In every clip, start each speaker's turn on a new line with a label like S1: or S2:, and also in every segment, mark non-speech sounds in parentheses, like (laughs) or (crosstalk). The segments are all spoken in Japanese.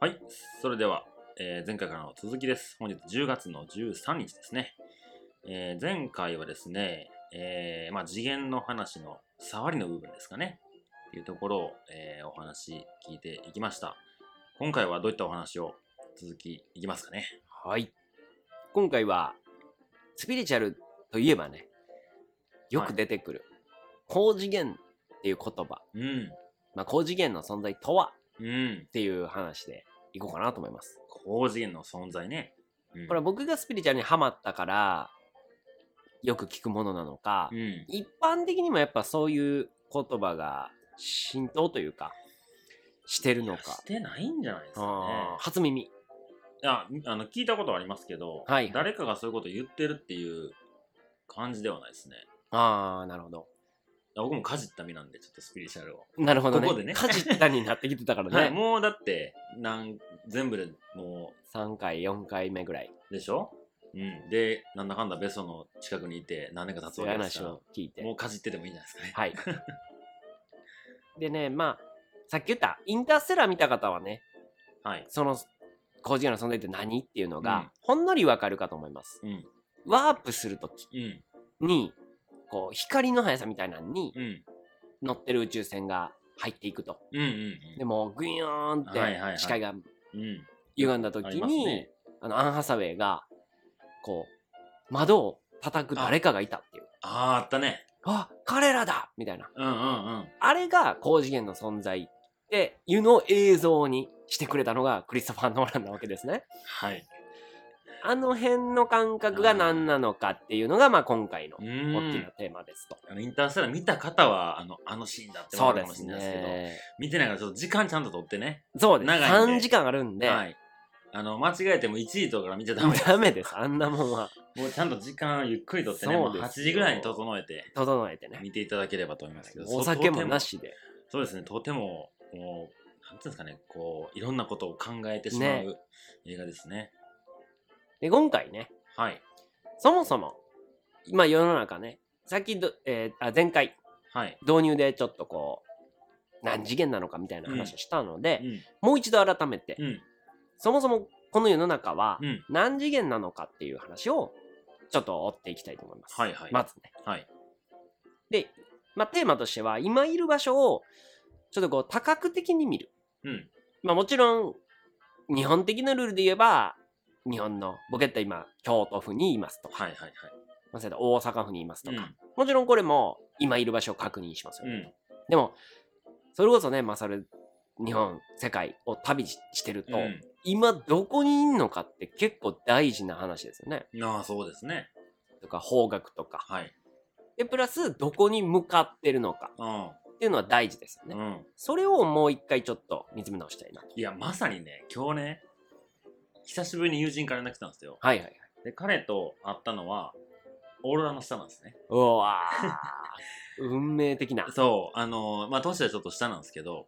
S1: はい、それでは、えー前回からの続きです。本日10月の13日ですね。えー前回はですね、えーまあ、次元の話の触りの部分ですかね、っていうところを、えーお話聞いていきました。今回はどういったお話を続きいきますかね。
S2: はい。今回は、スピリチュアルといえばね、よく出てくる、高次元っていう言葉、
S1: うん、
S2: まあ、高次元の存在とは
S1: うん
S2: っ、ていう話でいこうかなと思います。
S1: 高次元の存在ね。うん、
S2: これは僕がスピリチュアルにハマったから、よく聞くものなのか、
S1: うん、
S2: 一般的にもやっぱそういう言葉が浸透というか、してるの
S1: いや
S2: か
S1: し。てないんじゃないですか
S2: あ
S1: ね
S2: ー。初耳。
S1: いやあの聞いたことはありますけど、
S2: はい
S1: 誰かがそういうこと言ってるっていう感じではないですね。
S2: ああ、なるほど。
S1: 僕もかじった身なんで、ちょっとスピリチュアルを。
S2: なるほどね。
S1: ここでね
S2: かじったになってきてたから
S1: (laughs)
S2: ね。
S1: はい、もうだってなん、全部でも
S2: 3回、4回目ぐらい。
S1: う、でしょうん。で、なんだかんだベソの近くにいて何年か経つ
S2: そう
S1: わ
S2: いう
S1: けです
S2: 話
S1: から、
S2: を聞いて
S1: も。うかじっててもいいんじゃないですかね。
S2: はい。 (laughs) でね、まあ、さっき言った、インターステラー見た方はね、
S1: はい。
S2: その、高次元の存在って何っていうのが、
S1: うん
S2: ほんのりわかるかと思います。
S1: うん。
S2: ワープするとき
S1: うん。
S2: に、こう、光の速さみたいなのに
S1: うん。
S2: 乗ってる宇宙船が入っていくと。
S1: うん。
S2: でも、グイーンっ
S1: はいはいは
S2: て
S1: い
S2: 視界が
S1: うん。うん。
S2: 歪んだとき
S1: あります
S2: に、
S1: ね
S2: あの、アン・ハサウェイが、こう、窓を叩く誰かがいたっていう。
S1: あーあったね。
S2: あ彼らだみたいな。
S1: うんうんうん。
S2: あれが高次元の存在っていうのを映像にしてくれたのがクリストファー・ノーランなわけですね。
S1: はい。
S2: あの辺の感覚が何なのかっていうのが、まあ今回の
S1: う。
S2: 大きなんテーマですと。
S1: あのインターステラー見た方は、あの、あのシーンだって
S2: そう
S1: わか
S2: で
S1: るかも
S2: す
S1: しれないですけど、
S2: ね。
S1: 見てないからちょっと時間ちゃんと取ってね。
S2: そうです。
S1: 長いんで
S2: 3時間あるんで、
S1: はい。あの、間違えても1位とかから見ちゃダメです。
S2: (laughs) ダメです。あんなもんは
S1: もうちゃんと時間をゆっくりとってね、も
S2: そう
S1: う
S2: ですよ
S1: 8時ぐらいに整えて
S2: 整えてね。
S1: 見ていただければと思いますけど、
S2: お酒もなしで。
S1: そう。とてもそうですね、とても、もう、なんていうんですかね、こう、いろんなことを考えてしまう
S2: ね
S1: 映画ですね。
S2: で、今回ね、
S1: はい。
S2: そもそも、今世の中ね、さっきど、えーあ前回
S1: はい。
S2: 導入でちょっとこう、何次元なのかみたいな話をしたので
S1: う、ん。
S2: もう一度改めて、
S1: うん。
S2: そもそもこの世の中は
S1: うん。
S2: 何次元なのかっていう話をちょっと追っていきたいと思います。
S1: はいはい
S2: まずね。
S1: はい。
S2: で、まあ、テーマとしては今いる場所をちょっとこう多角的に見る。
S1: うん。
S2: まあもちろん日本的なルールで言えば日本の僕やったら今京都府にいますとか、
S1: はいはいはい。
S2: まあそうやったら大阪府にいますと
S1: う
S2: か、
S1: ん。
S2: もちろんこれも今いる場所を確認しますよ
S1: う
S2: ね、
S1: ん。
S2: でもそれこそね、まあ、それ日本世界を旅ししてると、
S1: う
S2: 今どこにいんのかって結構大事な話ですよね。
S1: ん。ああ、そうですね。
S2: とか方角とか。
S1: はい。
S2: で、プラスどこに向かってるのか
S1: うん。
S2: っていうのは大事ですよ
S1: う
S2: ね。
S1: ん。
S2: それをもう一回ちょっと見つめ直したいなと。
S1: いや、まさにね、今日ね、久しぶりに友人から連絡来たんですよ。
S2: はいはいはい。
S1: で、彼と会ったのは、オーロラの下なんですね。
S2: うわ
S1: (laughs)
S2: ー運命的な。
S1: そう、あのまあ、年はちょっと下なんですけど、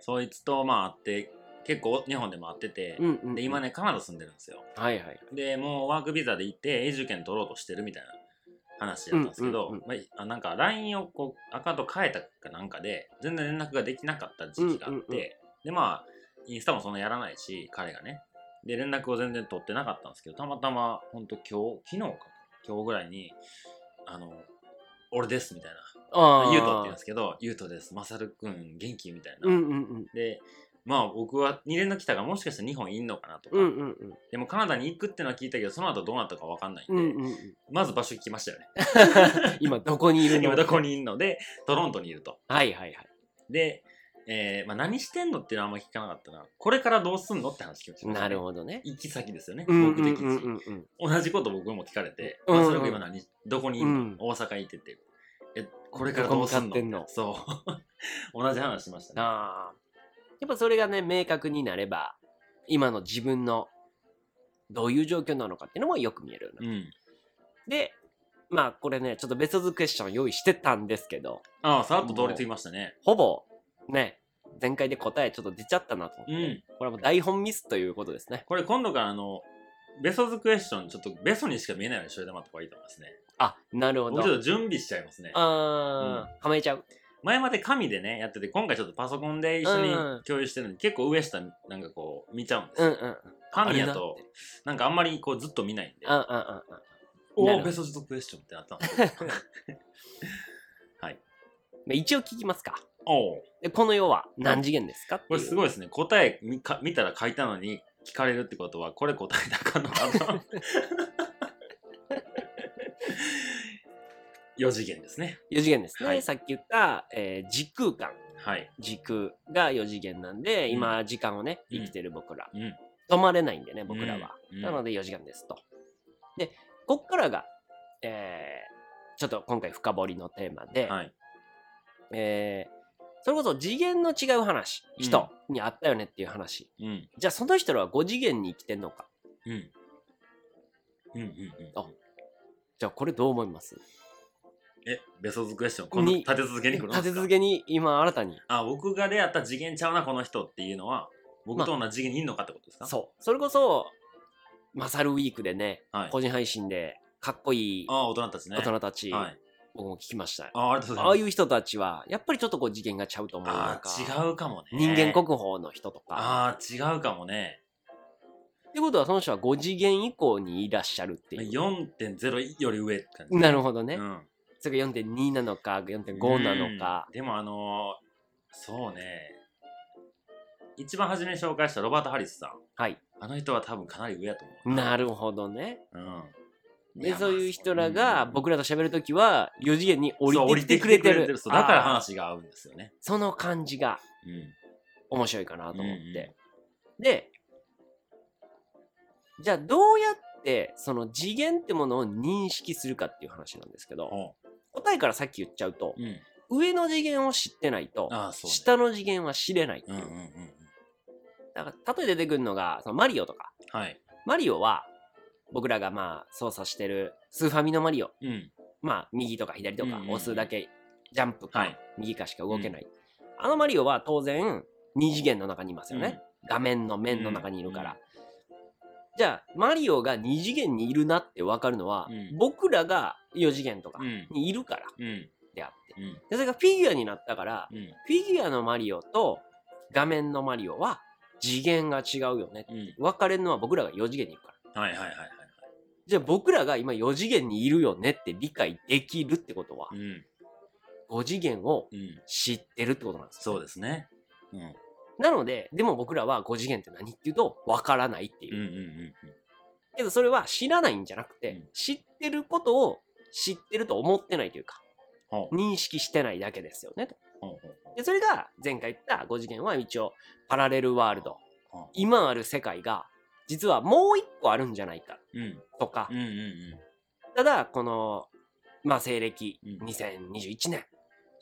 S1: そいつと、まあ、会って、結構日本でも会ってて
S2: う、んうん、うん。
S1: で、今。ね、カナダ住んでるんですよ。
S2: はいはい。
S1: で、もうワークビザで行って、永住権取ろうとしてるみたいな話やったんですけど、
S2: うんうん
S1: まあ、あなんか、LINE をこう、アカウント変えたかなんかで、全然連絡ができなかった時期があって、
S2: うんうんうん
S1: で、まあ、インスタもそんなやらないし、彼がね。で、連絡を全然取ってなかったんですけど、たまたま、ほんと今日、昨日か、今日ぐらいに、あの、俺ですみたいな
S2: あー
S1: ゆうとって言うんですけど、ゆうとです、まさるくん、元気みたいな。
S2: うんうんうん。
S1: で、まあ僕は2連の来たからもしかしたら日本いんのかなとか、
S2: うんうんうん。
S1: でもカナダに行くってのは聞いたけど、その後どうなったかわかんないん
S2: う
S1: で、
S2: んうんうん、
S1: まず場所聞きましたよね。
S2: (laughs) 今どこにいるの
S1: 今どこにいんので、トロントにいると。
S2: はいはいはい。
S1: で、えーまあ、何してんのっていうのはあんま聞かなかったな。これからどうすんのって話聞きました、
S2: なる
S1: ど。
S2: ほどね。
S1: 行き先ですよね、
S2: うん
S1: 目
S2: うん
S1: 的地。
S2: うんうんうん。
S1: 同じこと僕も聞かれて、
S2: うん
S1: まあ、それこそ今何、どこにいんの、
S2: う
S1: 大
S2: ん
S1: 阪行ってて。え、これからどうすん
S2: ど
S1: の
S2: こ向かってんの
S1: そう。 (laughs) 同じ話しましたね。
S2: ああ。やっぱそれがね、明確になれば、今の自分のどういう状況なのかっていうのもよく見えるよう
S1: う
S2: になる、
S1: ん。
S2: で、まあこれね、ちょっと別のクエスチョン用意してたんですけど、
S1: ああ、さらっと通り過ぎましたね。
S2: ほぼね、前回で答えちょっと出ちゃったなと思って、
S1: うん
S2: これはもう台本ミスということですね。
S1: これ今度からあの、ベソズクエスチョン、ちょっとベソにしか見えないようにしといてもらった方がいいと思いますね。
S2: あ、なるほ
S1: 僕ちょっ
S2: ど。
S1: と準備しちゃいますね。
S2: あー、はめちゃう。
S1: 前まで紙でね、やってて、今回ちょっとパソコンで一緒に
S2: うん
S1: 共有してるのに、結構上下なんかこう見ちゃうんです
S2: うんう
S1: よ。
S2: ん。
S1: 紙や
S2: あ
S1: と
S2: れな、
S1: なんかあんまりこうずっと見ないんで、
S2: うんうんうん。
S1: お
S2: な
S1: ー、
S2: るほど
S1: ベストジットクエスチョンってなったん
S2: (laughs)
S1: ですけど
S2: まあ一応聞きますか。
S1: おー
S2: でこの世は何次元ですかって
S1: こ
S2: い
S1: れ
S2: う。
S1: すごいですね。答え見か見たら書いたのに聞かれるってことは、これ答えたらあかんのかな。4次元ですね。
S2: 4次元ですね。
S1: はい
S2: さっき言った、えー時空間。
S1: はい。
S2: 時空が4次元なんで、
S1: うん
S2: 今時間をね、
S1: うん
S2: 生きてる僕ら。
S1: うん
S2: 止まれないんでね、僕らは。
S1: うんうん
S2: なので4次元ですと。で、こっからが、えーちょっと今回深掘りのテーマで、
S1: はい。
S2: えーそれこそ次元の違う話、
S1: うん
S2: 人にあったよねっていう話。
S1: うん。
S2: じゃあその人らは5次元に生きてんのか。
S1: うん。うんうんうん。
S2: あじゃあこれどう思います
S1: え、ベソズクエスチョン、この
S2: に
S1: 立て続けに来るんですか
S2: 立て続けに今新たに。
S1: あ、僕が出会った次元ちゃうな、この人っていうのは、僕と同じ次元にいんのかってことですか、
S2: そう。それこそ、マサルウィークでね、
S1: はい
S2: 個人配信でかっこいい
S1: ああ、大人たちね。
S2: 大人たち、
S1: はい。
S2: 僕も聞きました。
S1: ああ、ありがとうございます。
S2: ああいう人たちは、やっぱりちょっとこう次元がちゃうと思うの
S1: あ
S2: か。
S1: あ、違うかもね。
S2: 人間国宝の人とか。
S1: ああ、違うかもね。
S2: ってことは、その人は5次元以降にいらっしゃるっていう。
S1: 4.0より上って感じ。
S2: (laughs) なるほどね。
S1: うん。
S2: それが4.2なのか、4.5なのか
S1: うん。でもあのーそうね一番初めに紹介したロバート・ハリスさん
S2: はい。
S1: あの人は多分かなり上やと思う
S2: なるほどね。
S1: うん
S2: で、そういう人らが僕らと喋るときは、4次元に降りてきてく
S1: く
S2: れ
S1: れ
S2: て
S1: て
S2: る
S1: る。そうだから
S2: あー
S1: 話が合うんですよね
S2: その感じが
S1: うん
S2: 面白いかなと思って。
S1: うんうん
S2: で、じゃあどうやってその次元ってものを認識するかっていう話なんですけど、
S1: ほ
S2: 答えからさっき言っちゃうと
S1: う、うん
S2: 上の次元を知ってないと、
S1: ああそうね
S2: 下の次元は知れないって
S1: う
S2: い
S1: ん
S2: う。
S1: うんうんうん
S2: だから例え出てくるのが、そのマリオとか。
S1: はい
S2: マリオは、僕らがまあ操作してるスーファミのマリオ。
S1: うん
S2: まあ右とか左と
S1: うん
S2: か
S1: うんうん
S2: 押すだけ、ジャンプ
S1: は
S2: か
S1: い
S2: 右かしか動けない。あのマリオは当然、二次元の中にいますよね。画面の面の中にいるから。じゃあ、マリオが二次元にいるなって分かるのは、
S1: うん
S2: 僕らが4次元とか
S1: うん
S2: にいるから
S1: うん
S2: であって。
S1: うん
S2: でそれがフィギュアになったから、
S1: うん
S2: フィギュアのマリオと画面のマリオは次元が違うよね。
S1: うん
S2: 分かれるのは僕らが4次元にいるから。
S1: はいはいはいはい
S2: じゃあ僕らが今4次元にいるよねって理解できるってことは
S1: う、ん
S2: 5次元を
S1: うん
S2: 知ってるってことなんですよ
S1: そうですねうんうん
S2: なので、でも僕らは5次元って何っていうと分からないっていう。
S1: うんうん
S2: けどそれは知らないんじゃなくて、
S1: うん
S2: 知ってることを知ってると思ってないというか、
S1: ほう
S2: 認識してないだけですよねと。
S1: ほうほうほう
S2: で、それが前回言った5次元は一応パラレルワールド。
S1: ほ
S2: 今ある世界が、実はもう一個あるんじゃないか
S1: ううん
S2: とか
S1: う、んうん
S2: ただ、この、まあ、西暦
S1: うん
S2: 2021年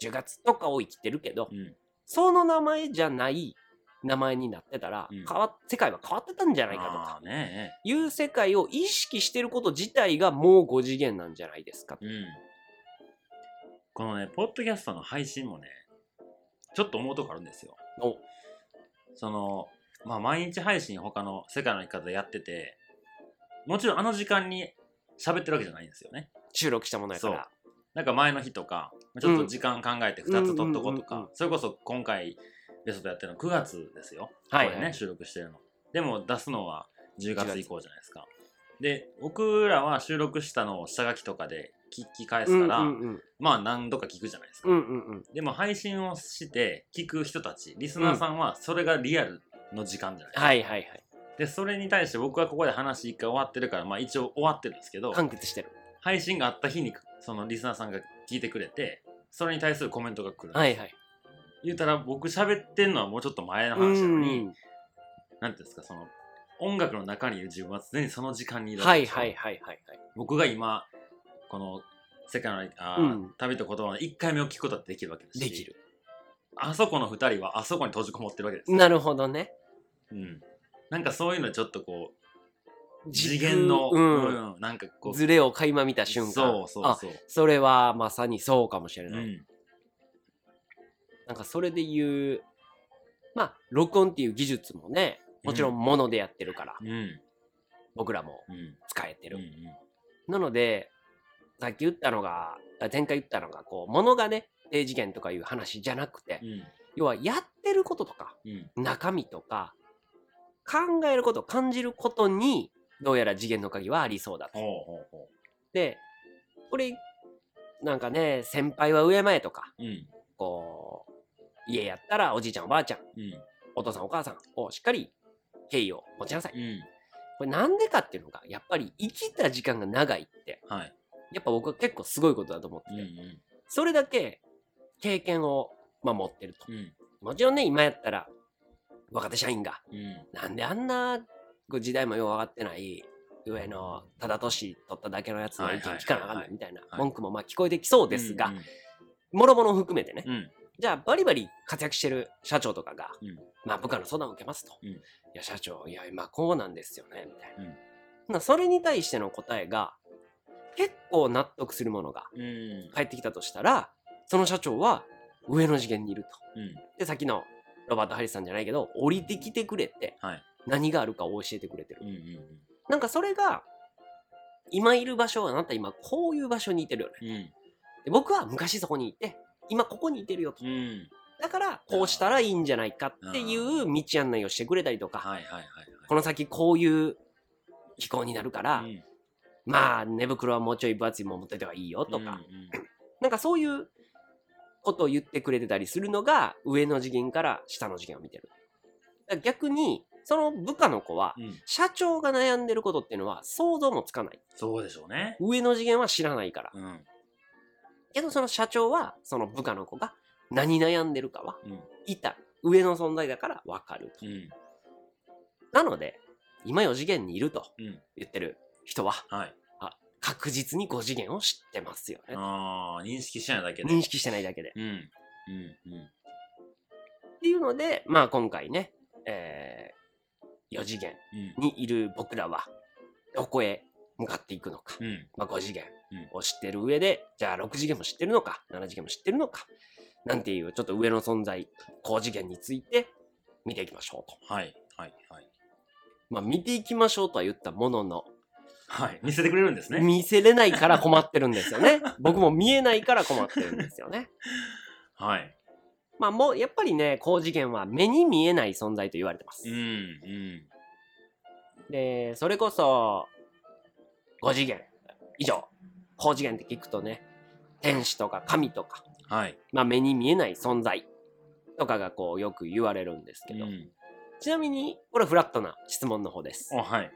S2: 10月とかを生きてるけど、
S1: うんうん
S2: その名前じゃない名前になってたら、
S1: うん
S2: 変わっ世界は変わってたんじゃないかと
S1: あ
S2: か
S1: あね
S2: いう世界を意識してること自体がもう5次元なんじゃないですかと、
S1: うん。このね、ポッドキャストの配信もね、ちょっと思うとこあるんですよ。
S2: お
S1: その、まあ、毎日配信他の世界の生き方でやってて、もちろんあの時間に喋ってるわけじゃないんですよね。
S2: 収録したものやから
S1: なんか前の日とか、ちょっと時間考えて2つ撮っとこうと
S2: うんうんうん
S1: か
S2: う、
S1: それこそ今回ベストやってるの9月ですよ。
S2: はい
S1: これ
S2: はい
S1: ね、収録してるの。でも出すのは10月以降じゃないですか。で、僕らは収録したのを下書きとかで聞き返すから、
S2: うんうん
S1: まあ何度か聞くじゃないですか。
S2: うんうんうん
S1: でも配信をして聞く人たち、リスナーさんはそれがリアルの時間じゃないですか。
S2: はいはいはい
S1: で、それに対して僕はここで話一回終わってるから、まあ一応終わってるんですけど、
S2: 完結してる
S1: 配信があった日にそのリスナーさんが聞いてくれて、それに対するコメントが来る。
S2: はいはい
S1: 言うたら僕喋ってんのはもうちょっと前の
S2: う
S1: 話なのに、
S2: ん
S1: なんていうんですか、その音楽の中にいる自分は常にその時間にいるわ
S2: は
S1: け
S2: い
S1: ですよ
S2: はいはいはいはい
S1: 僕が今、この世界のあー、
S2: うん
S1: 旅と言葉の1回目を聞くことはできるわけですし
S2: できる
S1: あそこの2人はあそこに閉じこもってるわけですよ
S2: なるほどね
S1: うん、なんかそういうのちょっとこう
S2: 時
S1: 次
S2: 空
S1: 元の、
S2: うん
S1: うんなんかこう
S2: ズレを垣間見た瞬間
S1: そうそう
S2: あ
S1: そう、
S2: それはまさにそうかもしれ
S1: う
S2: ない、
S1: ん
S2: なんかそれで言うまあ録音っていう技術もねもちろんものでやってるから、
S1: うんうん
S2: 僕らも
S1: うん
S2: 使えて
S1: う
S2: る、
S1: ん
S2: なのでさっき言ったのがあ前回言ったのがこうものがね定次元とかいう話じゃなくて、
S1: うん。
S2: 要はやってることとか、
S1: うん。
S2: 中身とか、考えること、感じることに、どうやら次元の鍵はありそうだと。
S1: ほうほうほ
S2: で、これ、なんかね、先輩は上前とか、
S1: う。うん。
S2: こう、家やったらおじいちゃんおばあちゃん、
S1: うん。
S2: お父さんお母さんをしっかり敬意を持ちなさい。
S1: うん。
S2: これなんでかっていうのが、やっぱり生きた時間が長いって、
S1: はい。
S2: やっぱ僕は結構すごいことだと思って
S1: うん
S2: て、
S1: うん。
S2: それだけ経験を、まあ、持ってると。
S1: うん。
S2: もちろんね、今やったら、若手社員が、
S1: うん。
S2: なんであんな、こう時代もよう分かってない、上の、ただ年取っただけのやつの意見聞かな
S1: は
S2: あかん
S1: いはいはいは
S2: ないみたいな
S1: はい
S2: 文句もまあ聞こえてきそうですが、
S1: うん
S2: もろもろ含めてね、
S1: うん。うん。
S2: じゃあバリバリ活躍してる社長とかが、
S1: うん
S2: まあ部下の相談を受けますと、
S1: うん
S2: いや社長いや今こうなんですよねみたいな
S1: うん、
S2: ほなそれに対しての答えが結構納得するものが
S1: うん。
S2: 返ってきたとしたらその社長は上の次元にいると
S1: うん。
S2: でさっきのロバート・ハリスさんじゃないけど降りてきてくれて
S1: はい。
S2: 何があるかを教えてくれてる、
S1: うん。うん。
S2: なんかそれが今いる場所はあなた今こういう場所にいてるよね
S1: うん。
S2: で僕は昔そこにいて今ここにいてるよと
S1: うん。
S2: だからこうしたらいいんじゃないかっていう道案内をしてくれたりとか、
S1: はいはいはい
S2: この先こういう飛行になるから、
S1: はい。うん
S2: まあ寝袋はもうちょい分厚いもん持ってた方がいいよとか、なんかそういうことを言ってくれてたりするのが上の次元から下の次元を見てる。だから逆にその部下の子は
S1: うん。うん。
S2: 社長が悩んでることっていうのは想像もつかない。
S1: そうでしょうね。
S2: 上の次元は知らないから。
S1: うん。
S2: けどその社長はその部下の子が何悩んでるかは
S1: うん。
S2: いた上の存在だから分かると。
S1: うん。
S2: なので、今4次元にいると
S1: うん。
S2: 言ってる人は、
S1: はい。
S2: 確実に5次元を知ってますよね。
S1: ああ、認識してないだけで。
S2: 認識してないだけで。
S1: うん。うん。うん。
S2: っていうので、まあ今回ね、え4次元
S1: うん。
S2: にいる僕らは、どこへ向かっていくのか。
S1: うん。
S2: まあ5次元
S1: う
S2: を知ってる上で、じゃあ6次元も知ってるのか、7次元も知ってるのか、なんていうちょっと上の存在、高次元について見ていきましょうと。
S1: はい。はい。はい。
S2: まあ見ていきましょうとは言ったものの、
S1: はい。見せてくれるんですね。
S2: 見せれないから困ってるんです
S1: (laughs)
S2: よね。僕も見えないから困ってるんですよね。
S1: はい。
S2: まあもうやっぱりね、高次元は目に見えない存在と言われてます
S1: うん。。うん。
S2: で、それこそ、5次元以上。高次元って聞くとね、天使とか神とか、
S1: はい。
S2: まあ目に見えない存在とかがこうよく言われるんですけど、
S1: うん
S2: ちなみに、これフラットな質問の方です
S1: あ。はい。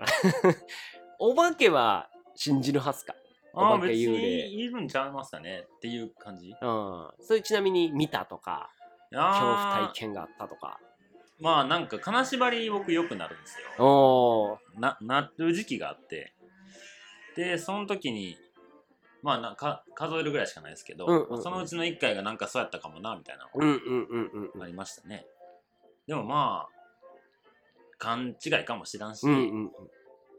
S2: お化けは信じるはずか
S1: ああ、
S2: お化
S1: 別
S2: け幽霊
S1: にいるんちゃいますかねっていう感じ。
S2: うん。それちなみに見たとか、恐怖
S1: あ
S2: 体
S1: あ、
S2: 験があったとか。
S1: まあなんか金縛り僕よくなるんですよ。
S2: おー。
S1: ななる時期があってでその時にまあなか数えるぐらいしかないですけど、
S2: うんうんうん
S1: そのうちの1回がなんかそうやったかもなみたいな
S2: うんうんうんうん
S1: のがありましたね、でもまあ勘違いかもしらんし、
S2: うんうんうん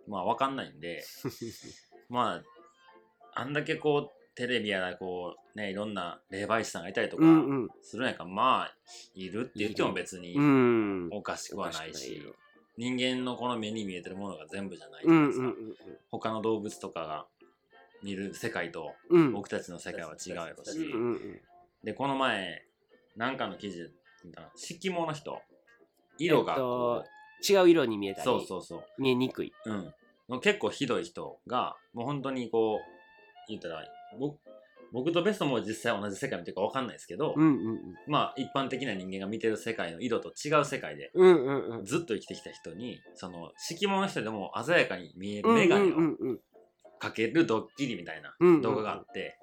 S1: まあ分かんないん
S2: (laughs)
S1: でまああんだけこうテレビやらこうねいろんな霊媒師さんがいたりとか
S2: うんうん
S1: するんやから、まあいるって言っても別に
S2: うん
S1: おかしくはないし、
S2: おか
S1: 人間のこの目に見えてるものが全部じゃないじ
S2: う
S1: ゃ
S2: ん
S1: ないうですか、
S2: んうん
S1: 他の動物とかが見る世界と
S2: うん
S1: 僕たちの世界は違うやろし、
S2: うんうん
S1: でこの前なんかの記事で見たな色盲の人色がこ
S2: 違う色に見え
S1: う、
S2: たり
S1: そうそうそ、
S2: 見えにくいう
S1: うん、の結構ひどい人がもう本当にこう言ったら僕僕とベストも実際同じ世界見てるか分かんないですけど、
S2: うんうん
S1: まあ一般的な人間が見てる世界の色と違う世界で
S2: うんうんうんうん
S1: ずっと生きてきた人にその色盲の人でも鮮やかに見える
S2: うん
S1: 眼鏡を
S2: うんうん
S1: かけるドッキリみたいな
S2: うんうんうん
S1: 動画があって、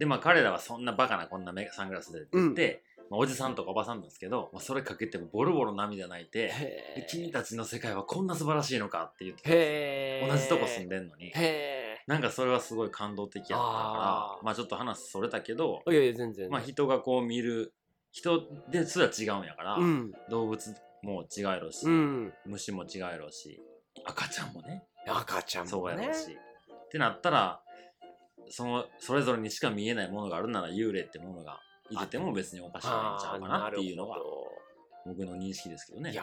S1: でまあ彼らはそんなバカなこんなメガサングラスでって言って、まあ、おじさんとかおばさんなんですけど、まあ、それかけてもボロボロ涙泣いて
S2: へ
S1: で
S2: ー
S1: 君たちの世界はこんな素晴らしいのかって言って
S2: へー
S1: 同じとこ住んでんのに
S2: へ
S1: なんかそれはすごい感動的やったか
S2: あ
S1: ら
S2: ー
S1: まあちょっと話それたけど、
S2: ーいやいや全然
S1: まあ、人がこう見る人ですら違うんやから、
S2: うん
S1: 動物も違うやろし、
S2: うん
S1: 虫も違うやろし赤ちゃんもね
S2: 赤ちゃん
S1: そう
S2: も
S1: や
S2: ね
S1: ろうし。ってなったらそのそれぞれにしか見えないものがあるなら幽霊ってものがいてても別におかしくないんちゃうかなっていうの
S2: あ
S1: が
S2: ーなるほ
S1: 僕の認識ですけど
S2: ど
S1: ね。
S2: いや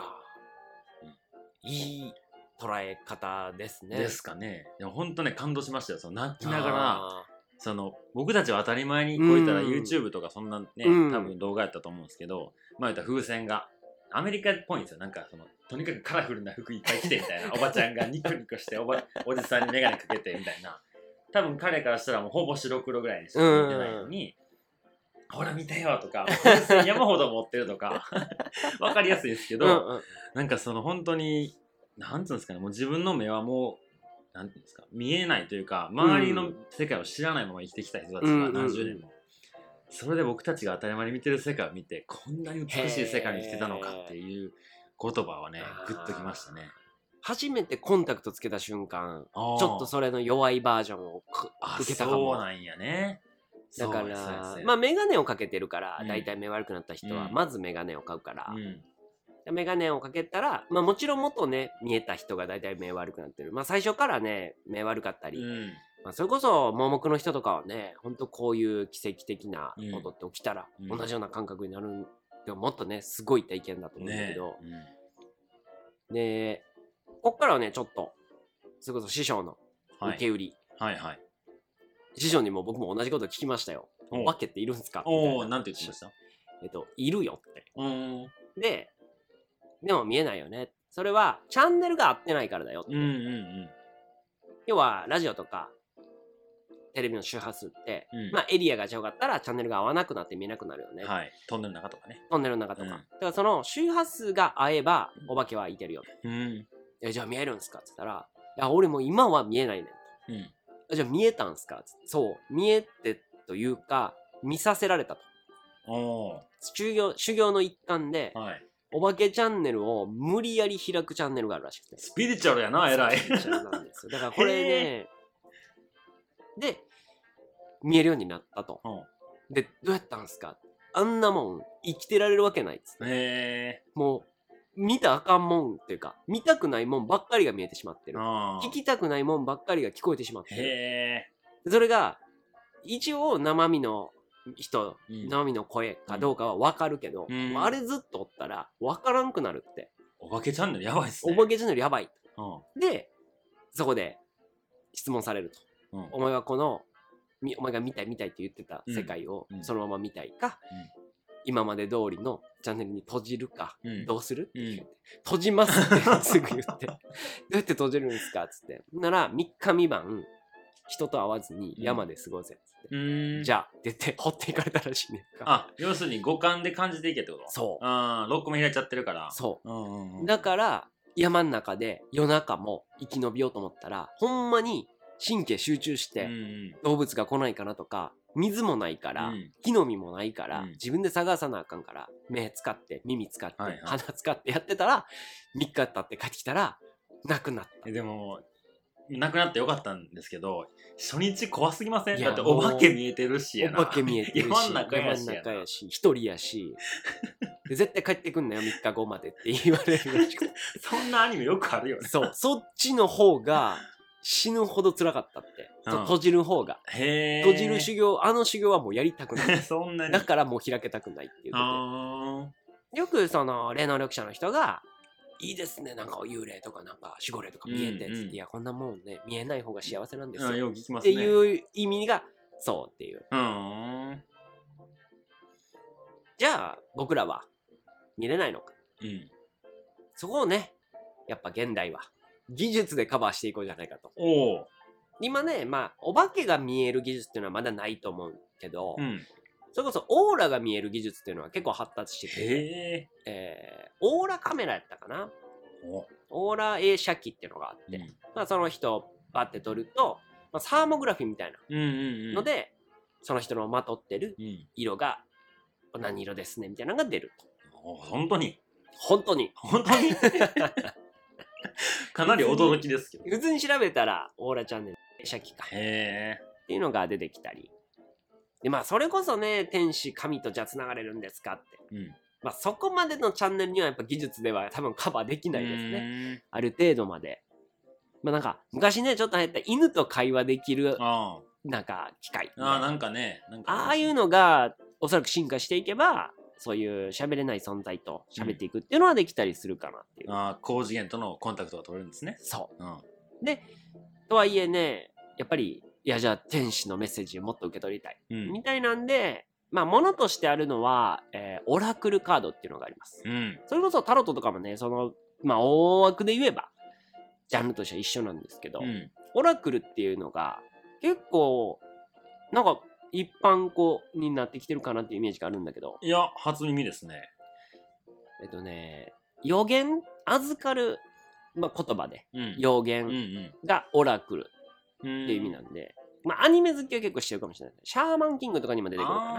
S2: ーいい捉え方ですね
S1: ですかね。でも本当ね感動しましたよ。その泣きながら
S2: あ
S1: その僕たちは当たり前にこういったら
S2: うん
S1: YouTube とかそんなね、
S2: うん
S1: 多分動画やったと思うんですけど、まあ言ったら風船がアメリカっぽいんですよなんかそのとにかくカラフルな服いっぱい着てみた
S2: (laughs)
S1: いなおばちゃんがニコニコしておばおじさんに眼鏡かけてみたいな多分彼からしたらもうほぼ白黒ぐらいにしか見てないのに、ほら見てよとか風船山ほど持ってるとか (laughs) わかりやすいですけど、
S2: うんうん
S1: なんかその本当に、なんつうんですかね、もう自分の目はもう、なんていうんですか、見えないというか、周りの世界を知らないまま生きてきた人たち
S2: うんうんう
S1: が
S2: ん
S1: 何十年も。それで僕たちが当たり前に見てる世界を見て、こんなに美しい世界に生きてたのかっていう言葉はね
S2: へー、
S1: グッときましたね。
S2: 初めてコンタクトつけた瞬間
S1: ちょ
S2: ちょっとそれの弱いバージョンをく
S1: あ、
S2: 受けたかも
S1: そうなんやね。
S2: だか
S1: そうやそうや
S2: ら
S1: そうや
S2: まあ眼鏡をかけてるから
S1: うん
S2: 大体目悪くなった人は
S1: うん
S2: まず眼鏡を買うから
S1: うん
S2: 眼鏡をかけたらまあもちろん元ね見えた人が大体目悪くなってるまあ最初からね目悪かった
S1: う
S2: り
S1: ん
S2: まあそれこそ盲目の人とかはねほんとこういう奇跡的なことって起きたら
S1: うん
S2: 同じような感覚になるんでももっとねすごい体験だと思うんだけ
S1: ねえ
S2: ど、
S1: うん
S2: で、こっからはね、ちょっと、それこそ師匠の
S1: は
S2: 受け
S1: い
S2: 売り。
S1: はいはい。
S2: 師匠にも僕も同じこと聞きましたよ。
S1: おう
S2: お化けっているんですかみたい
S1: おお、なんて言ってました
S2: えっと、いるよって。
S1: うん
S2: で、でも見えないよね。それは、チャンネルが合ってないからだよって。
S1: うんうん
S2: 要は、ラジオとか、テレビの周波数って、
S1: うん
S2: まあ、エリアが違かったらチャンネルが合わなくなって見えなくなるよ
S1: う
S2: ね。
S1: ん。はい。トンネルの中とかね。
S2: トンネルの中とか。
S1: うん
S2: だから、その周波数が合えば、お化けはいてるよって。
S1: うん。
S2: え、じゃあ見えるんですかって言ったら、いや、俺もう今は見えないねん。
S1: うん。
S2: じゃあ見えたんすかそう、見えてというか、見させられたと。
S1: お
S2: 修行、修行の一環で
S1: お。、はい。
S2: お化けチャンネルを無理やり開くチャンネルがあるらしくて。
S1: スピリチュアルやな、偉い。
S2: なんですよだからこれね、で、見えるようになったと。
S1: (laughs) うん
S2: で、どうやったんすかあんなもん、生きてられるわけないっつって
S1: へえ
S2: もう、見たらあかんもんっていうか、見たくないもんばっかりが見えてしまって
S1: ー。
S2: る。
S1: あ
S2: 聞きたくないもんばっかりが聞こえてしまってる。
S1: へ
S2: それが一応生身の人、
S1: うん
S2: 生身の声かどうかは分かるけど、
S1: うん
S2: あれずっとおったら分からんくなるって、
S1: お化けチャンネルやばいっすね。
S2: お化けチャンネルやばい
S1: うん
S2: でそこで質問されると、
S1: うん
S2: お前はこのみお前が見たい見たいって言ってた世界を
S1: うんうん
S2: そのまま見たいか、
S1: うん
S2: 今まで通りのチャンネルに閉じるか、
S1: うん
S2: どうする、
S1: うん
S2: って閉じますってすぐ言って (laughs) どうやって閉じるんですかっつってなら3日3晩人と会わずに山で過ごせっつって、
S1: うーん。
S2: じ
S1: ゃ
S2: ゃあ、出て、掘っていかれたらしいねんか。
S1: あ、要するに五感で感じていけってこと
S2: そう。
S1: ああ、6個も開いちゃってるから。
S2: そ
S1: うんうんう
S2: う。
S1: ん。
S2: だから、山の中で夜中も生き延びようと思ったら、ほんまに神経集中
S1: う
S2: し
S1: ん
S2: て、
S1: うん
S2: 動物が来ないかなとか、水もないから、
S1: うん
S2: 木の実もないから、
S1: うん
S2: 自分で探さなあかんから、目使って、耳使って、
S1: はいはい
S2: 鼻使ってやってたら、3日経って帰ってきたら、なくなっ
S1: えでも、なくなってよかったんですけど、初日怖すぎません
S2: いや
S1: だってお化け見えてるしや
S2: た。
S1: な。
S2: お化け見えてるし、
S1: 山ん中やし
S2: 山ん
S1: やな
S2: 中やし、一人やし、で絶対帰ってくんなよ、3日後までって言われるらしくて
S1: そんなアニメよくあるよね。
S2: (laughs) そう、そっちの方が死ぬほど辛かったって。
S1: うん
S2: そう閉じる方が。
S1: へえ。
S2: 閉じる修行、あの修行はもうやりたくない。
S1: (laughs) そんなに。
S2: だからもう開けたくないっていうこ
S1: あ
S2: とで。よくその霊能力者の人が、いいですね、なんか幽霊とかなんか守護霊とか見えて、
S1: うんうん
S2: いや、こんなもんね、見えない方が幸せなんです
S1: あ。
S2: よ。
S1: うんよ
S2: っ
S1: く聞きます
S2: て
S1: ね。う。
S2: いう意味が、そうっていう。
S1: うん。うん。
S2: じゃあ、僕らは見れないのか。そこをね、やっぱ現代は技術でカバーしていこうじゃないかと。
S1: おお。
S2: 今ね、まあ、お化けが見える技術っていうのはまだないと思うけど、
S1: うん。
S2: それこそオーラが見える技術っていうのは結構発達してきて、
S1: へえ。
S2: えーオーラカメラやったかな
S1: お
S2: オーラ映写機っていうのがあって、
S1: うん
S2: まあ、その人をバッて撮ると、まあ、サーモグラフィーみたいな
S1: うんうんうん。
S2: ので、その人のまとってる
S1: うん。
S2: 色が何色ですねみたいなのが出ると。
S1: お本当に
S2: 本当に。
S1: 本当
S2: (laughs)
S1: にかなり驚きですけど。
S2: 普通に調べたら、オーラチャンネル映写機か。
S1: へえ。
S2: っていうのが出てきたり。で、まあ、それこそね、天使、神とじゃあ繋がれるんですかって。
S1: うん。
S2: まあ、そこまでのチャンネルにはやっぱ技術では多分カバーできないですね。
S1: ね。
S2: ある程度まで。まあなんか、昔ね、ちょっと流行った犬と会話できる、
S1: あ
S2: なんか、機械。
S1: あ。ああ、なんかね。なんか
S2: ああいうのが、おそらく進化していけば、そういう喋れない存在と喋っていくっていうのはできたりするかなっていう。
S1: ああ、高次元とのコンタクトが取れるんですね。
S2: そ
S1: うん。
S2: う。とはいえね、やっぱりいやじゃあ天使のメッセージをもっと受け取りたい、
S1: うん。
S2: みたいなんでまあものとしてあるのは、えーオラクルカードっていうのがあります、
S1: うん。
S2: それこそタロットとかもねそのまあ大枠で言えばジャンルとしては一緒なんですけど、
S1: うん。
S2: オラクルっていうのが結構なんか一般語になってきてるかなっていうイメージがあるんだけど
S1: いや、初耳ですね。
S2: えっとね予言預かる、まあ、言葉で
S1: うん。
S2: 予
S1: うん
S2: 言がオラク
S1: うん。
S2: ルっ
S1: って
S2: いう意味なんんで、まあアニメ好きは結構してるかもしれないシャーマンキングとかにも出
S1: で
S2: てくるかな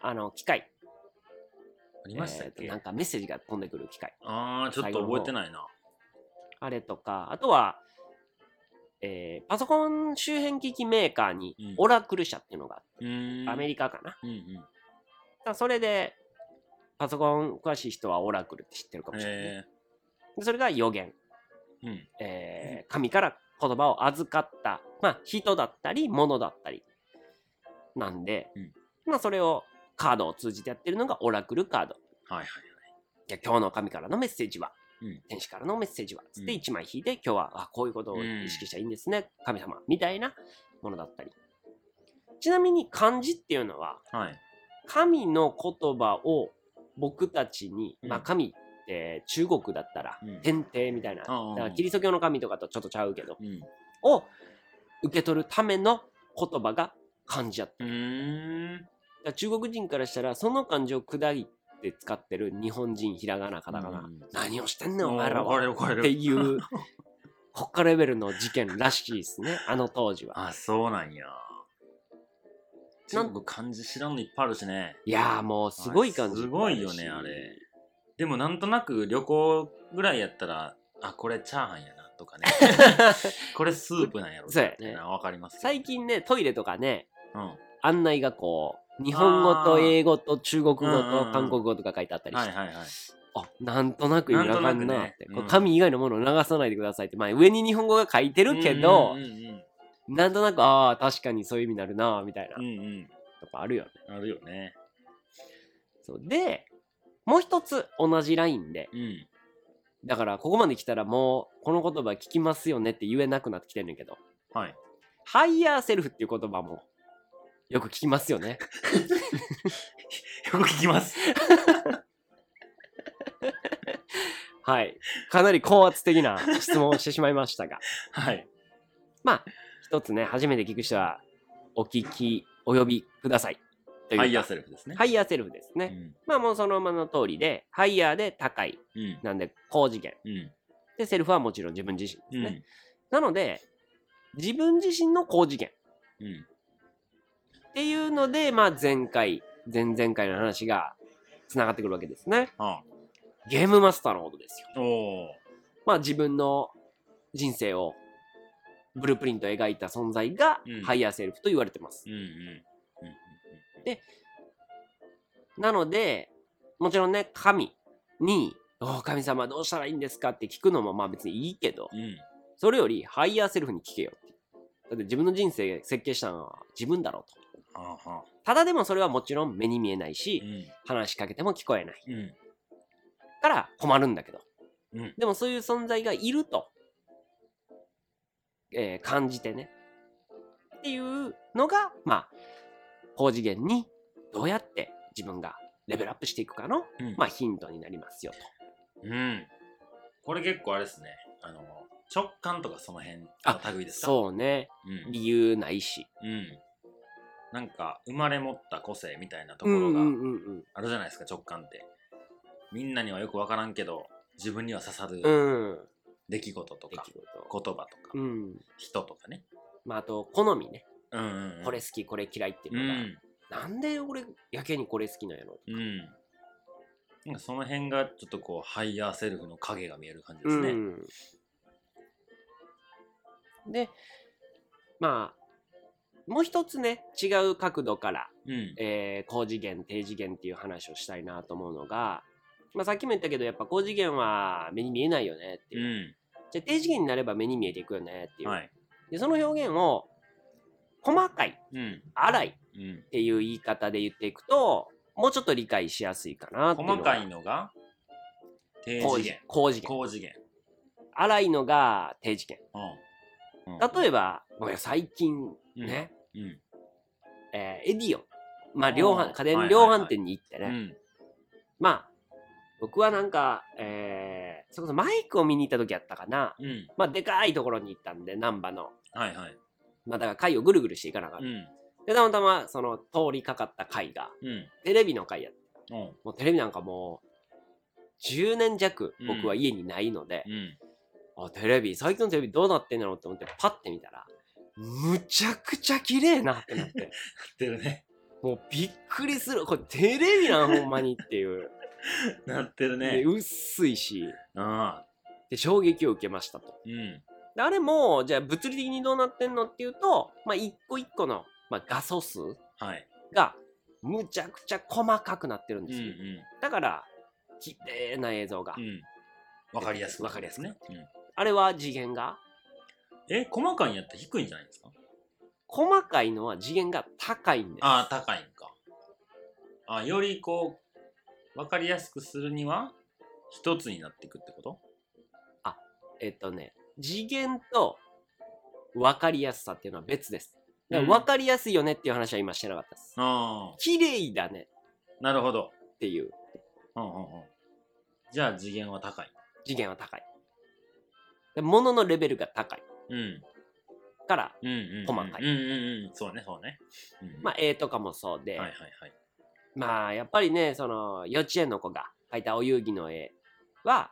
S1: ああ
S2: あの機械
S1: ー、ありましたっ
S2: えー
S1: け、
S2: となんかメッセージが飛んでくる機械
S1: ああ、ちょっと覚えてないな。
S2: あれとかあとは、えーパソコン周辺機器メーカーに
S1: うん
S2: オラクル社っていうのがあって
S1: うーん。
S2: アメリカかな、
S1: カ。うんうん。
S2: だからそれでパソコン詳しい人はオラクルって知ってるかもしれないね、
S1: え
S2: でそれが予言、
S1: ー、うん。
S2: えー神から言葉を預かった、まあ、人だったり物だったりなんで、
S1: うん
S2: まあ、それをカードを通じてやってるのがオラクルカード
S1: はいはい。
S2: いや今日の神からのメッセージは、
S1: うん
S2: 天使からのメッセージはつって
S1: うん
S2: 1枚引いて、今日はあこういうことを意識したらいいんですね、神様みたいなものだったりちなみに漢字っていうのは
S1: はい。
S2: 神の言葉を僕たちに、
S1: うん
S2: まあ神って中国だったら
S1: うん
S2: 天帝みたいな、
S1: ああ
S2: だからキリスト教の神とかとちょっとちゃうけど、
S1: うん。
S2: を受け取るための言葉が漢字やった
S1: うーん。
S2: だから中国人からしたらその漢字を砕いて使ってる日本人ひらがなカタカナ、
S1: うん
S2: 何をしてんねんお前ら
S1: 怒られる
S2: は
S1: 怒られる
S2: っていう
S1: (laughs)
S2: 国家レベルの事件らしいですねあの当時は
S1: あ、そうなんや。
S2: な
S1: 中
S2: ん
S1: 国漢字知らんのいっぱいあるしね。
S2: いやーもうすごい感じ
S1: すごいよね、あれ。でもなんとなく旅行ぐらいやったら、あ、これチャーハンやなとか
S2: (laughs)
S1: ね。これスープなんやろ
S2: そうやね
S1: みたいなわかりますけど
S2: (laughs) 最近ねトイレとかね
S1: うん。
S2: 案内がこう日本語と英語と中国語
S1: うんうんう
S2: と
S1: ん
S2: 韓国語とか書いてあったりし
S1: はい
S2: て、
S1: はいはい。
S2: あなんとなく意味わかんな
S1: ないんとな
S2: っ
S1: く
S2: て、
S1: ね
S2: こう
S1: うん
S2: 紙以外のものを流さないでくださいって、まあ、上に日本語が書いてるけど、
S1: うんうん
S2: なんとなくああ確かにそういう意味になるなみたいな
S1: うん。うん
S2: とかあるよね、
S1: うん。あるよね。
S2: そうでもう一つ同じラインで
S1: うん。
S2: だからここまで来たらもうこの言葉聞きますよねって言えなくなってきてるんやけど
S1: はい。
S2: ハイヤーセルフっていう言葉もよく聞きますよね
S1: よく聞き
S2: (laughs)
S1: ます。
S2: はいかなり高圧的な質問をしてしまいましたが (laughs)
S1: はい。
S2: まあ一つね初めて聞く人はお聞きお呼びくださいという
S1: ハイヤーセルフですね。
S2: ハイヤーセルフですね、
S1: うん。
S2: まあもうそのままの通りでハイヤーで高い
S1: うん。
S2: なんで高次元
S1: うん。
S2: でセルフはもちろん自分自身で
S1: う
S2: す
S1: ん。
S2: ね、なので、自分自身の高次元
S1: うん。
S2: っていうので、まあ前回、前々回の話が繋がってくるわけですね。
S1: あ
S2: ゲームマスターのことですよ。
S1: あ。おお。
S2: まあ自分の人生をブループリント描いた存在が
S1: うん
S2: ハイヤーセルフと言われてます。
S1: うんうん。
S2: なので、もちろんね、神に、おー神様どうしたらいいんですかって聞くのもまあ別にいいけど、
S1: うん。
S2: それよりハイヤーセルフに聞けよっていう。だって自分の人生設計したのは自分だろうと。
S1: ああはあ。
S2: ただでもそれはもちろん目に見えないし
S1: う、ん。
S2: 話しかけても聞こえない
S1: うん。
S2: から困るんだけど、
S1: うん
S2: でもそういう存在がいると、えー感じてねっていうのがまあ高次元にどうやって自分がレベルアップしていくかの、
S1: うん
S2: まあ、ヒントになりますよと
S1: うん。これ結構あれですね。あの、直感とかその辺の類ですか
S2: そうね
S1: う。うん。
S2: 理由ないし
S1: うん。なんか、生まれ持った個性みたいなとこ
S2: うんう
S1: ろ
S2: ん
S1: が
S2: うん
S1: あるじゃないですか、直感って。みんなにはよくわからんけど、自分には刺さる
S2: うんうん
S1: 出来事と
S2: 出
S1: か、
S2: 来
S1: 言
S2: 事
S1: 葉とか、
S2: うん
S1: 人とかね。
S2: まああと好みね
S1: うんうんうん。
S2: これ好きこれ嫌いっていう
S1: う
S2: のが、
S1: ん。
S2: なんで俺やけにこれ好きなんやろ
S1: うん。なんかその辺がちょっとこう、ハイヤーセルフの影が見える感じで
S2: ですすね
S1: ね。
S2: でまあもう一つね違う角度から、
S1: うん。
S2: えー高次元低次元っていう話をしたいなと思うのが、まあ、さっきも言ったけどやっぱ高次元は目に見えないよねって
S1: う
S2: いう、
S1: ん。
S2: じゃあ低次元になれば目に見えていくよねっていう、
S1: はい。
S2: でその表現を細かい
S1: うん。
S2: 粗いっ
S1: うん。
S2: ていう言い方で言っていくともうちょっと理解しやすいかなっていうの
S1: 細
S2: が
S1: かいのが、低
S2: 高
S1: 次
S2: 次
S1: 元
S2: 元。高次元
S1: 高次元。
S2: 粗いのが低次元
S1: うん。
S2: 例えば、ごめん最近
S1: ううん
S2: ね、
S1: うん
S2: えーエディオン。まあ、量販、
S1: あー
S2: 家電
S1: はいは
S2: 量
S1: いはい
S2: 販店に行ってね。
S1: うん
S2: まあ、僕はなんか、えー、それこそマイクを見に行った時やったかな。
S1: うん
S2: まあ、でかいところに行ったんで、難波の。
S1: はいはい
S2: まあ、だから階をぐるぐるしていかなかった。
S1: うん
S2: で、たまたま、その、通りかかった階が、
S1: うん
S2: テレビの階やった。
S1: おう
S2: もうテレビなんかもう、10年弱、僕は家にないので
S1: う、ん
S2: あ、テレビ、最近のテレビどうなってんだろうって思って、パッて見たら、むちゃくちゃ綺麗なってなって、
S1: 知ってるね
S2: もうびっくりする。これテレビなん、ほんまにっていう。
S1: なってる
S2: で、
S1: (laughs) ね
S2: 薄いし、
S1: ああ
S2: で、衝撃を受けましたと。
S1: うん
S2: であれも、じゃあ物理的にどうなってんのっていうと、まあ、一個一個の、まあ、画素数
S1: はい
S2: が、むちゃくちゃ細かくなってるん
S1: う
S2: で
S1: ん
S2: す
S1: う
S2: よ。
S1: ん
S2: だから、綺麗な映像が。
S1: うんわかりやすく
S2: わかりやすく
S1: ねうん
S2: あれは次元が
S1: え細かいんやったら低いんじゃないですか
S2: 細かいのは次元が高いんです。
S1: ああ高いんかあよりこうわかりやすくするには一つになっていくってこと
S2: えっとね、次元と分かりやすさっていうのは別です。だから
S1: うん
S2: 分かりやすいよねっていう話は今してなかったです。
S1: あ
S2: 綺麗だね
S1: あなるほど
S2: っていう
S1: うんうんうんじゃあ次元は高い
S2: 次元は高い。で物のレベルが高い
S1: うん
S2: から、
S1: うんうんうん
S2: 細か
S1: うんう
S2: い
S1: んうんそうねそうね、うん、
S2: まあ、絵とかもそうで、
S1: はいはいはい
S2: まあやっぱりねその幼稚園の子が描いたお遊戯の絵は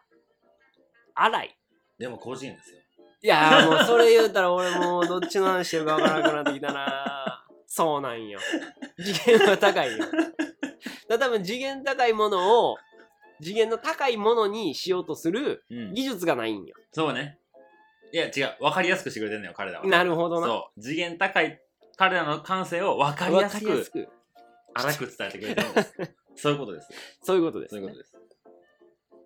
S2: 荒い
S1: でも高次元ですよ
S2: いやーもうそれ言うたら俺もうどっちの話してるかわからなくなってきたなーそうなんよ次元は高いよだ多分次元高いものを次元の高いものにしようとする
S1: うん
S2: 技術がないんよ
S1: そうねいや違うわかりやすくしてくれてんのよ彼らは
S2: なるほどな
S1: そう次元高い彼らの感性をわかりやす
S2: わ
S1: く
S2: く
S1: 荒く伝えてくれてるん
S2: (laughs)
S1: ですそういうことです
S2: そういうことです、
S1: そう
S2: ね、
S1: いうことです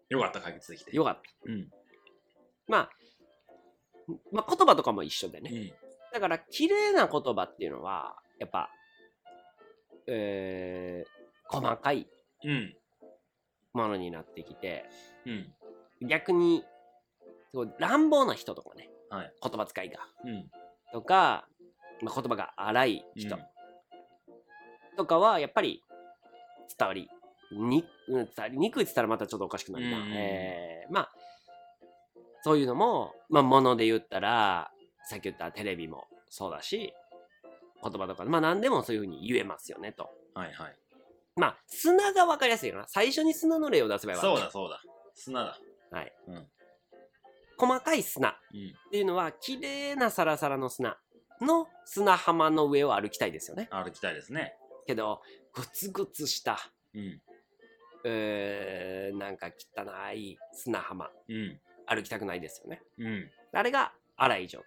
S1: よかった解決できて
S2: よかった
S1: うん
S2: まあ、まあ、言葉とかも一緒でね、
S1: うん
S2: だから綺麗な言葉っていうのはやっぱえー細かい
S1: うん
S2: ものになってきて
S1: うん
S2: 逆にすごい乱暴な人とかね、
S1: はい
S2: 言葉遣いが
S1: うん
S2: とか、まあ、言葉が荒い人
S1: うん
S2: とかはやっぱり伝わりにうん伝わりにくいって言ったらまたちょっとおかしくなるな、
S1: うん
S2: えーまあそういうのも、まあ、もので言ったらさっき言ったテレビもそうだし言葉とか、まあ、何でもそういうふうに言えますよねと。
S1: はいはい
S2: まあ、砂が分かりやすいよな。最初に砂の例を出せばよか
S1: そ
S2: っ
S1: う
S2: た
S1: だそうだ砂だ
S2: はい。
S1: うん
S2: 細かい砂
S1: うん
S2: っていうのは、綺麗なサラサラの砂の砂浜の上を歩きたいですよね。
S1: 歩きたいですね
S2: けど、ゴツゴツした、
S1: うん
S2: えー、なんか汚い砂浜、
S1: うん
S2: 歩きたくないですよね。
S1: うん
S2: あれが荒い状況。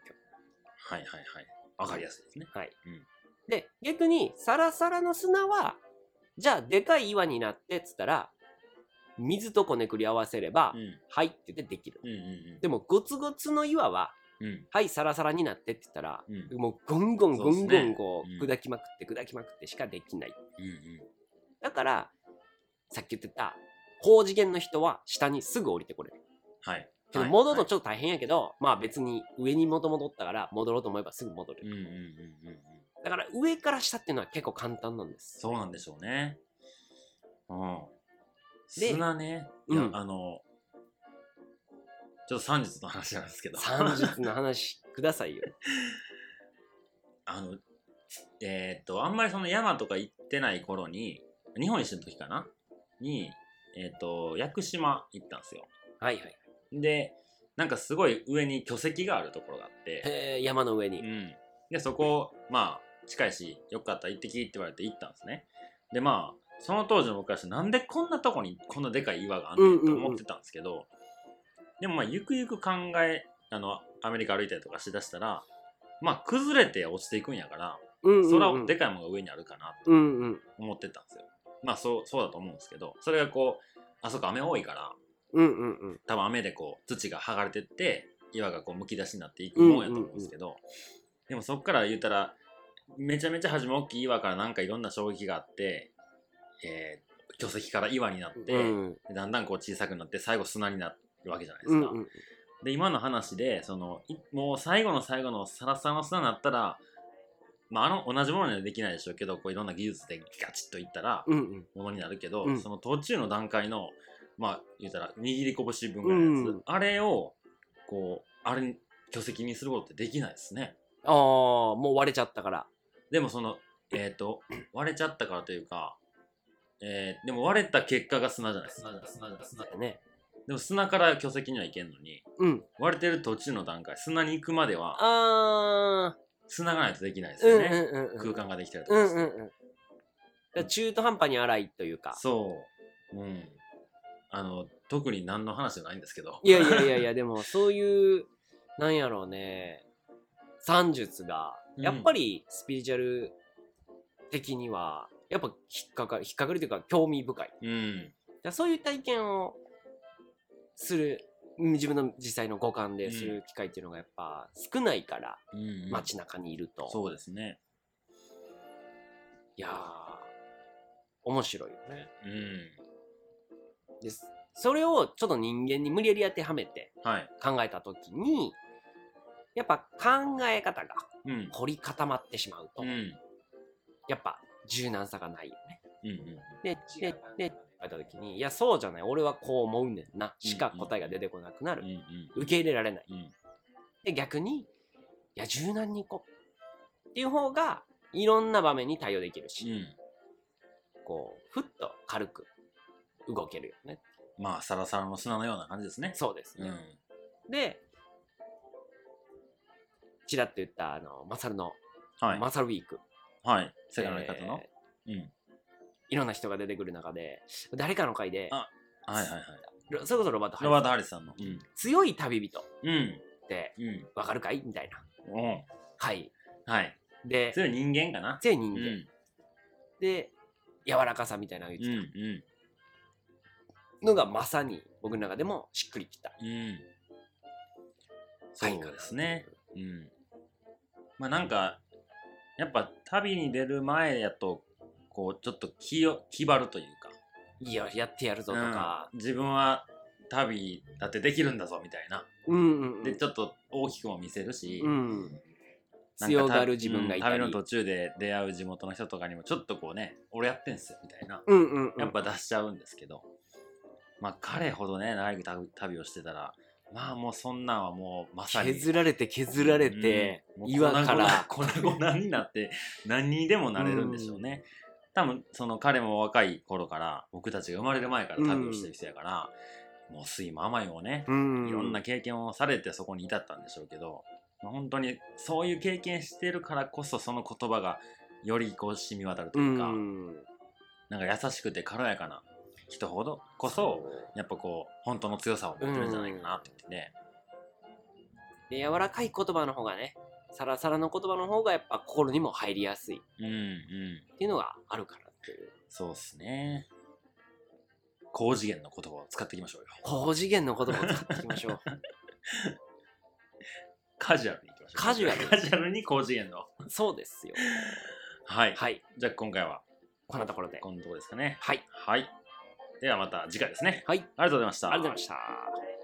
S1: はいはいはいわかりやすいですね
S2: はい。
S1: うん
S2: で、逆に、サラサラの砂は、じゃあ、でかい岩になってっつったら、水とこねくり合わせれば、
S1: うん
S2: はいって言ってできる。
S1: うんうん
S2: でも、ゴツゴツの岩は、
S1: うんうん
S2: はい、サラサラになってって言ったら、
S1: うん
S2: もうゴンゴンゴン
S1: そう
S2: ゴ
S1: です
S2: ン
S1: ね
S2: こう、
S1: うん
S2: 砕きまくって砕きまくってしかできない。
S1: うんうん
S2: だから、さっき言ってた、高次元の人は下にすぐ降りてこれる。
S1: はい
S2: けど、
S1: はい
S2: 戻るの
S1: はい
S2: ちょっと大変やけど、まあ別に上に元戻ったから、戻ろうと思えばすぐ戻れ
S1: うん
S2: る。
S1: うんうんうんうん
S2: だから、上から下っていうのは結構簡単なんです。
S1: そうなんでしょうねうん
S2: で
S1: 砂ねいや
S2: うん
S1: あのちょっと三日の話なんですけど
S2: 三日の話くださいよ。
S1: (laughs) あの、えーっと、あんまりその山とか行ってない頃に、日本一周の時かなに、えーっと、屋久島行ったんですよ。
S2: はいはい。
S1: で、なんかすごい上に巨石があるところがあって、
S2: えー山の上
S1: う
S2: に。
S1: ん。で、そこ、まあ、近いし、よかったら行ってきって言われて行ったんですね。で、まあ、その当時の僕からして、なんでこんなとこにこんなでかい岩があんねんと思ってたんですけど、でもまあ、ゆくゆく考え、あの、アメリカ歩いたりとかしだしたら、まあ、崩れて落ちていくんやから、
S2: うんうん、うん。
S1: それはでかいものが上にあるかなと
S2: うんうん。
S1: 思ってたんですよ。まあそうそうだと思うんですけどそれがこうあそこ雨多いから
S2: うんうんうん。
S1: 多分雨でこう土が剥がれてって岩がこうむき出しになっていくもんやと思うんですけど、でもそっから言ったらめちゃめちゃ初め大きい岩からなんかいろんな衝撃があって、えー巨石から岩になって、
S2: うん
S1: でだんだんこう小さくなって最後砂になるわけじゃないで
S2: う
S1: す
S2: ん
S1: か。
S2: うん。
S1: で今の話でそのいもう最後の最後のサラサラの砂になったらまあ、あの同じものにはできないでしょうけどこういろんな技術でガチッといったら
S2: うんうん
S1: ものになるけど、
S2: うん
S1: その途中の段階のまあ言うたら握り拳分ぐらいのやつ、
S2: うん
S1: あれをこうあれに巨石にすることってできないですね
S2: ああもう割れちゃったから
S1: でもそのえっ、と割れちゃったからというか、えーでも割れた結果が砂じゃないですか
S2: ね
S1: でも砂から巨石にはいけんのに
S2: うん
S1: 割れてる途中の段階砂に行くまでは
S2: ああ
S1: 砂がないとできないです
S2: うんう
S1: よ
S2: ん
S1: ね、
S2: うんうん
S1: 空間ができたりと
S2: う
S1: か
S2: ん
S1: して、
S2: うんうんだから中途半端に荒いというか
S1: そううんあの特に何の話じゃないんですけど
S2: いやいやいやいやでもそういうなんやろうね算術が
S1: うん
S2: やっぱりスピリチュアル的にはやっぱ引っかかる引っかかるというか興味深い
S1: うん
S2: だからそういう体験をするうん自分の実際の五感でする機会っていうのがやっぱ少ないから、
S1: うんうん
S2: 街中にいると
S1: そうですね
S2: いやー面白いよね
S1: うん
S2: ですそれをちょっと人間に無理やり当てはめて
S1: はい
S2: 考えた時にやっぱ考え方が
S1: うん
S2: 凝り固まってしまうと、
S1: うん
S2: やっぱ柔軟さがないよね
S1: うんうん
S2: ででで考えた時にいやそうじゃない俺はこう思うねんなしか答えが出てこなくなる、
S1: うん
S2: 受け入れられない
S1: うん
S2: で逆にいや柔軟にいこうっていう方がいろんな場面に対応できる
S1: う
S2: し、
S1: ん
S2: こうふっと軽く動けるよね
S1: まあサラサラの砂のような感じですね
S2: そうです
S1: う
S2: ね、
S1: ん
S2: でちらっと言ったあのマサルの、
S1: はい
S2: マサルウィーク
S1: はい世界の相方の
S2: え
S1: うん
S2: ーいろんな人が出てくる中で誰かの回で
S1: あはいはいはい
S2: ロそれこそロバート・ハ
S1: ロ
S2: リ
S1: バー
S2: スさん
S1: ト・ハリスさんのうん
S2: 強い旅人っ
S1: うん
S2: て
S1: うん
S2: わかるかいみたいな
S1: おう
S2: 回
S1: はい
S2: で
S1: 強い人間かな
S2: 強い人
S1: う
S2: 間、
S1: ん
S2: で柔らかさみたいなのを
S1: うん
S2: 言って
S1: う
S2: たのがまさに僕の中でもしっくりきた
S1: んうんそ
S2: 回かな
S1: うですねうん、まあなんかやっぱ旅に出る前やとこうちょっと気を気張るというか
S2: いややってやるぞとか、
S1: うん自分は旅だってできるんだぞみたいな、
S2: うん、うんうん
S1: でちょっと大きくも見せるし、
S2: うん
S1: なんか
S2: 強がる自分がいたり、
S1: うん旅の途中で出会う地元の人とかにもちょっとこうね俺やってんすよみたいな
S2: うんうんうん
S1: やっぱ出しちゃうんですけど、まあ彼ほどね長く旅旅をしてたらまあもうそんなんはもうまさに
S2: 削られて削られて、
S1: うん
S2: 岩から
S1: 粉々粉々になって何にでもなれるんでしょうね、多分その彼も若い頃から僕たちが生まれる前から旅をしてる人やから、もう酸いも甘いもね、
S2: うん
S1: いろんな経験をされてそこに至ったんでしょうけど、まあ本当にそういう経験してるからこそその言葉がよりこう染み渡るというか、
S2: うん
S1: なんか優しくて軽やかな人ほどこそやっぱこう本当の強さを持ってるんじゃないかなって言ってね、
S2: で柔らかい言葉の方がねサラサラの言葉の方がやっぱ心にも入りやすいっ
S1: うんうん
S2: ていうのがあるからっていう
S1: そうっすね。高次元の言葉を使っていきましょうよ。
S2: 高次元の言葉を使っていきましょう
S1: カジュアルにいきましょう。
S2: カジュアル
S1: カジュアルに高次元の。 (laughs)
S2: そうですよ
S1: はい。
S2: はい
S1: じゃあ今回は
S2: こんなところで
S1: このところですかね。
S2: はい
S1: はい。ではまた次回ですね。
S2: はい
S1: ありがとうございました。
S2: ありがとうございました